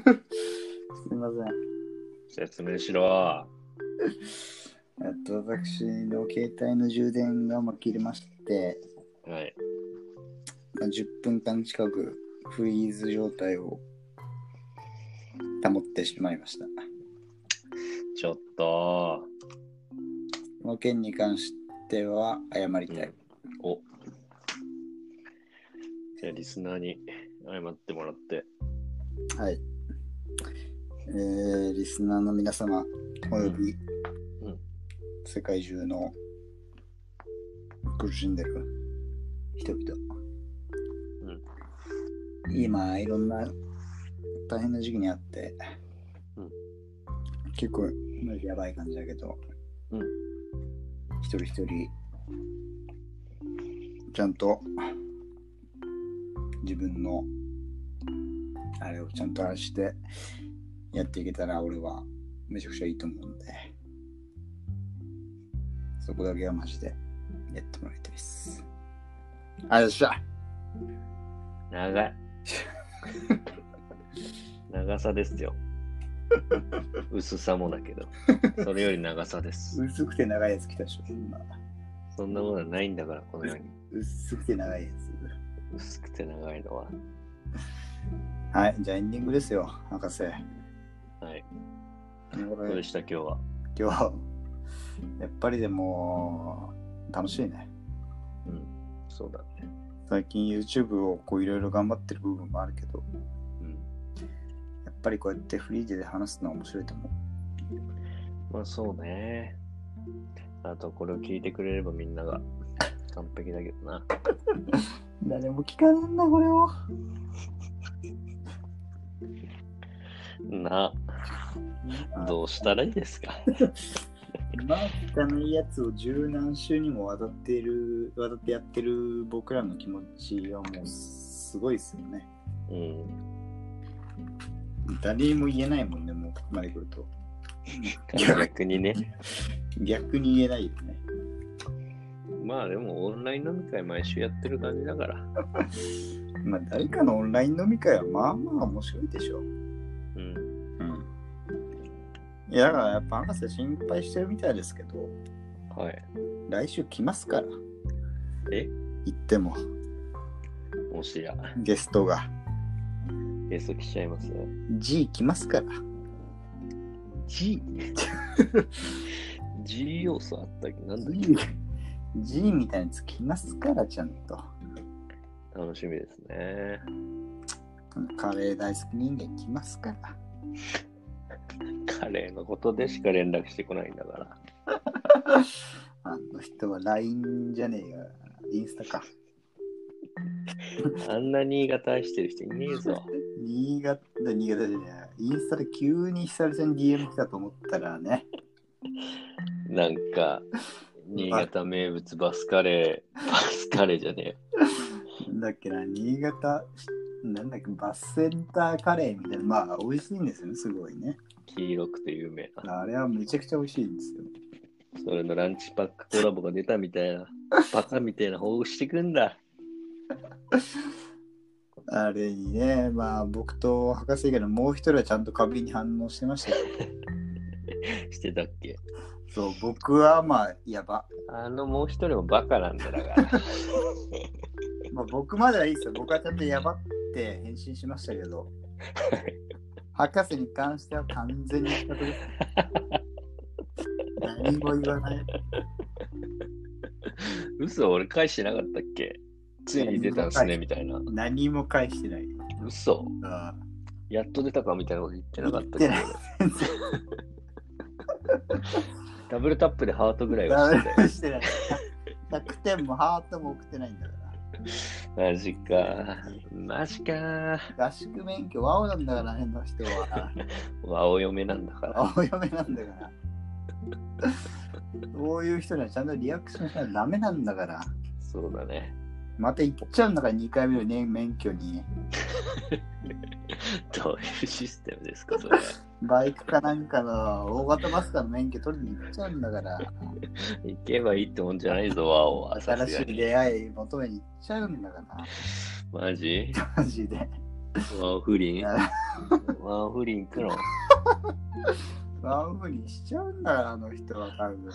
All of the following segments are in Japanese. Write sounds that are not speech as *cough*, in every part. *laughs* 説明しろ。えっと、私の携帯の充電がまあ切れまして、はい。まあ、10分間近くフリーズ状態を保ってしまいました。ちょっと。この件に関しては謝りたい。うんお。じゃあ、リスナーに謝ってもらって。はい。えー、リスナーの皆様、および、うんうん世界中の苦しんでる人々。今、いろんな大変な時期にあって、うん結構、まあやばい感じだけど、うん一人一人、ちゃんと自分のあれをちゃんとあれしてやっていけたら俺はめちゃくちゃいいと思うんでそこだけはマジでやってもらいたいですあよっしゃ長 *laughs* い。長さですよ。薄さもだけど。それより長さです。薄くて長いやつ来たでしょ今そんなものはないんだから、この世に。薄くて長いや薄くて長いのは。つはいじゃあエンディングですよ博士はい。こどうでれした、今日は。今日やっぱりでも楽しいねうん。そうだね。最近 YouTube をこういろいろ頑張ってる部分もあるけどうん。やっぱりこうやってフリーで話すのは面白いと思うまあ、そうね。あと、これを聞いてくれればみんなが完璧だけどな。誰も聞かねえんだこれをな、どうしたらいいですか。まあ聞かないやつを十何週にもわたっているわたってやってる僕らの気持ちはもうすごいですよねうん。誰にも言えないもんねもうここまで来ると逆にね。逆に言えないよねまあでもオンライン飲み会毎週やってる感じだから。まあ誰かのオンライン飲み会はまあまあ面白いでしょううん。んいやだからやっぱ博士心配してるみたいですけどはい。来週来ますからえ行ってももしや、ゲストがゲスト来ちゃいますね。 G 来ますから *laughs* G? G 要素あったっけなんだっ G, G みたいなやつ来ますからちゃんとけ楽しみですね。カレー大好き人間来ますからカレーのことでしか連絡してこないんだから。あの人は LINE じゃねえよインスタかあんな新潟愛してる人いねえぞ。新潟新潟じゃねえインスタで急に久々に DM 来たと思ったらねなんか、新潟名物バスカレー、バスカレーじゃねえよ。なんだっけな新潟なんだっけバスセンターカレーみたいなまあ美味しいんですよねすごいね黄色くて有名な。あれはめちゃくちゃ美味しいんですよそれのランチパックコラボが出たみたいな、バカみたいな報告してくんだ。あれにねまあ僕と博士以外のもう一人はちゃんと過敏に反応してましたよしてたっけそう僕はまあやばあのもう一人もバカなんだだから。まあ、僕まではいいですよ。僕はちゃんとやばって返信しましたけど。博士に関しては完全に比較です。何も言わない。嘘俺返してなかったっけついに出たんすねみたいな。何も返してない。嘘ああやっと出たかみたいなこと言ってなかったっ言けってないダブルタップでハートぐらいはして誰もしてない。100点もハートも送ってないんだかたよ。マジか。マジか。ら。合宿免許、ワオなんだから、変な人は。わお嫁なんだから。青嫁なんだから。そういう人にはちゃんとリアクションしないとダメなんだから。そうだね。また行っちゃうんだから、2回目の、ね、免許に。どういうシステムですかそれは。バイクかなんかの大型バスかの免許取りに行っちゃうんだから、行けばいいってもんじゃないぞ、わおは。さ新すしがいに。出会い求めに行っちゃうんだかマジら、マジで。 *laughs* ワオ不倫あワオ不倫行くのあんふうにしちゃうんだよ、あの人は多分。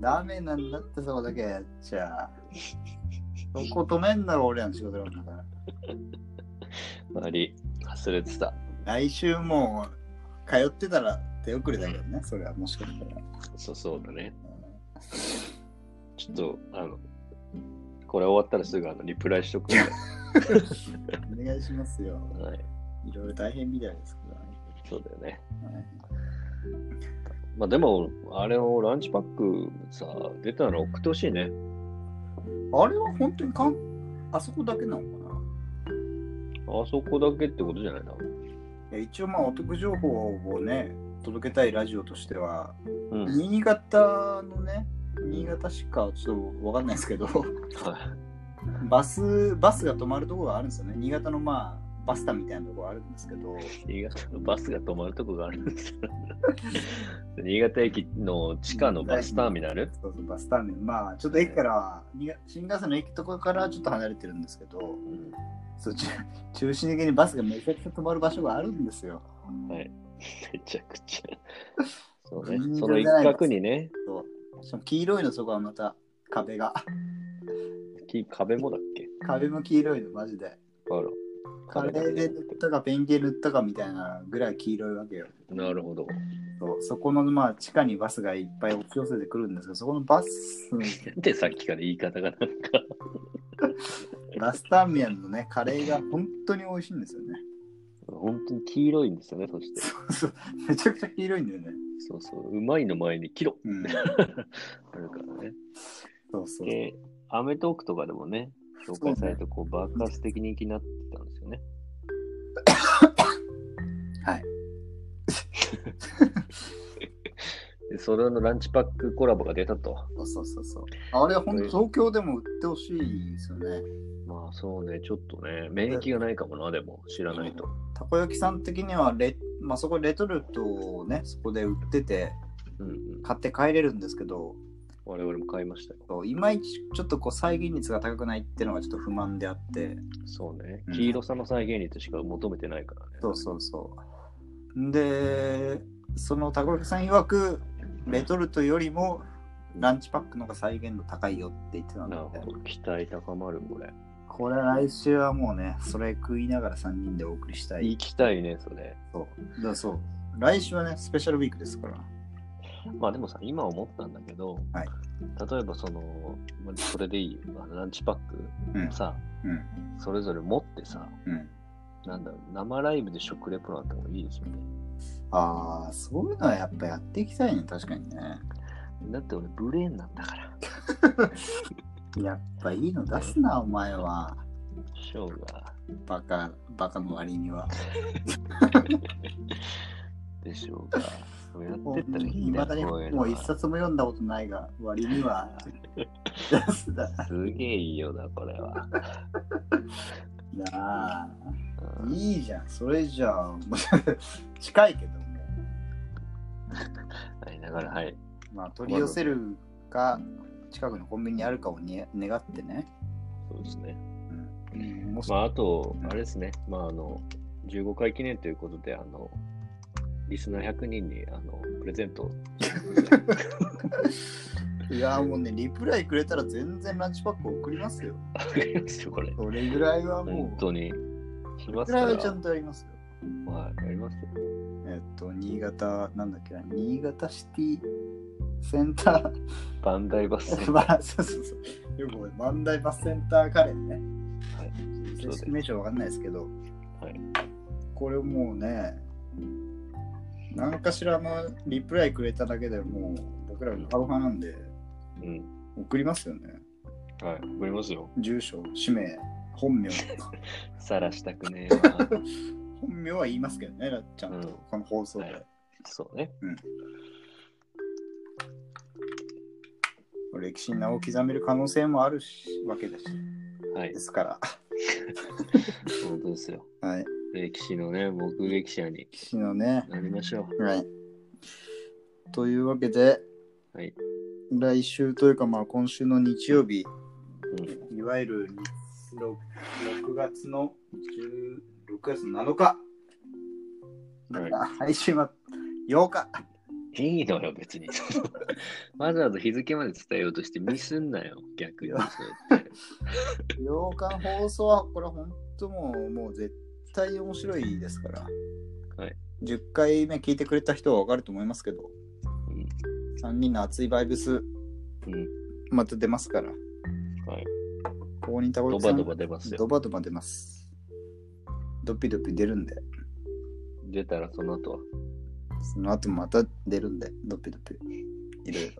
ダメなんだって、そこだけやっちゃ。そこ止めんだろ、俺らの仕事なんだから。あり、忘れてた。来週もう、通ってたら手遅れだけどね、それはもしかしたら。そうそうだね。ちょっと、あの、これ終わったらすぐあのリプライしとくんで。お願いしますよ。はい、いろいろ大変みたいですからね。そうだよね。はいまあでも、あれをランチパックさ、出たの送ってほしいね。あれは本当にかんあそこだけなのかなあそこだけってことじゃないな。いや一応まあお得情報をね届けたいラジオとしては、うん。はい。新潟のね新潟市かちょっとわかんないですけど *laughs* バスバスが止まるところがあるんですよね新潟のまあバスタみたいなところがあるんですけど新潟のバスが止まるとこがあるんです *laughs* よ。新潟駅の地下のバスターミナルそうそうバスターミナルまあちょっと駅からは新潟新幹線の駅とかからちょっと離れてるんですけどうんそう中 *laughs* 中心的にバスがめちゃくちゃ止まる場所があるんですよはい。めちゃくちゃ。そうね尋常。じゃそなのい一です角にね、しかも黄色いのそこはまた壁がき壁もだっけ壁も黄色いのマジであら。カレーで塗ったかペンキ塗ったかみたいなぐらい黄色いわけよ。なるほど。そうそこのまあ地下にバスがいっぱい押し寄せてくるんですけど、そこのバス、で、さっきから言い方がなん *laughs* か、バスターミナルのね、カレーが本当に美味しいんですよね。 *laughs* 本当に黄色いんですよね、そして。そうめちゃくちゃ黄色いんだよね。そうそう、うまいの前にキロうん。あるからね。そうそう。で、アメトークとかでもね、紹介されて、こう、爆発的人気になってたんですよね。はい。 *laughs* で、それのランチパックコラボが出たと。そうそうそうそう。あれは本当東京でも売ってほしいですよね。まあそうね、ちょっとね、免疫がないかもな、でも、知らないと。たこ焼きさん的にはレ、まあ、そこレトルトをね、そこで売ってて、うんうん。買って帰れるんですけど、我々も買いましたよ。そういまいちちょっとこう再現率が高くないっていうのがちょっと不満であって、そうねう。ん黄色さの再現率しか求めてないからね。そうそうそう。で、そのたこ焼きさん曰く、レトルトよりもランチパックの方が再現度高いよって言ってたなるので、ほど。期待高まる、これ。これは来週はもうね、それ食いながら3人でお送りしたい。行きたいね、それ。そう。だそう。来週はね、スペシャルウィークですから。まあでもさ、今思ったんだけど、はい例えばその、まあそれでいいよあのランチパック、うんさ、うん。それぞれ持ってさ、うん。なんだろう、生ライブで食レポなんてもいいですよね。ああ、そういうのはやっぱやっていきたいね、確かにね。だって俺、ブレーンなんだから。やっぱいいの出すな、お前は。ショーが。バカ、バカの割には。でしょうか。やってったらいいいねまだにこういうのもはう一冊も読んだことないが、割に *laughs* は出すだなすげえいいよな、これは。あ。うんいいじゃん、それじゃあ、もう近いけども、はい、だから、はい。まあ、取り寄せるか、近くのコンビニにあるかをね願ってね。そうですね。うん、もし、まあ、あと、あれですね。まあ、あの、15回記念ということで、あの、リスナー100人に、あの、プレゼントを。いや、もうね、リプライくれたら全然ランチパック送りますよ。わかりますよ、これ。それぐらいはも本う、当に。しまそすれかぐらら。いはちゃんとやりますよ。はい、やりますよ。えっと、新潟、なんだっけな、新潟シティセンター。バンダイバ *laughs* ス。 *laughs* まあ、そうそうそう。よく俺、万代バスセンターカレーね。はい正式名称わかんないですけど、はいこれもうね、何かしらのリプライくれただけでもう、僕らのハロハなんで、うん。送りますよね。はい、送りますよ。住所、氏名、本名。 *laughs* さらしたくねえ *laughs* わ。本名は言いますけどね、ちゃんと、うんこの放送で。はいそうね。歴史に名を刻める可能性もあるしわけだし、はいで、すから。本当ですよ。はい。歴史のね、目撃者に歴史のね、なりましょう。はい。というわけで、はい来週というか、まあ、今週の日曜日、うん。いわゆる 6, 月の10 6月の7日だから配信は8日。いいのよ、別 *laughs* に。そのわざわざ日付まで伝えようとしてミスんなよ、 *laughs* 逆に。そうやって8日の放送は、これ本当もう、もう絶対面白いですから。はい10回目聞いてくれた人はわかると思いますけど、うん3人の熱いバイブス、うんまた出ますから。はいここにたこド焼きさバんドバ出ますよド。バドバ出ます。ドピドピ出るんで、出たらその後は。その後また出るんで、ドピドピ。いろい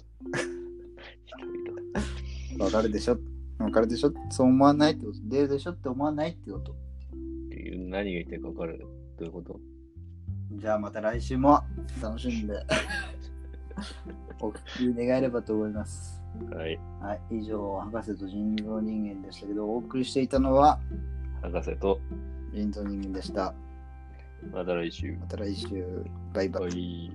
ろ。わかるでしょわかるでしょそう思わないってこと。出るでしょって思わないってこと。っていう何が言ってるか分かる。どういうことじゃあまた来週も楽 *laughs* しんでお聞き願えればと思います。はい。はい、以上、博士と人造人間でしたけど、お送りしていたのは博士と、人造人間でした。また来週。また来週、バイバイバイ。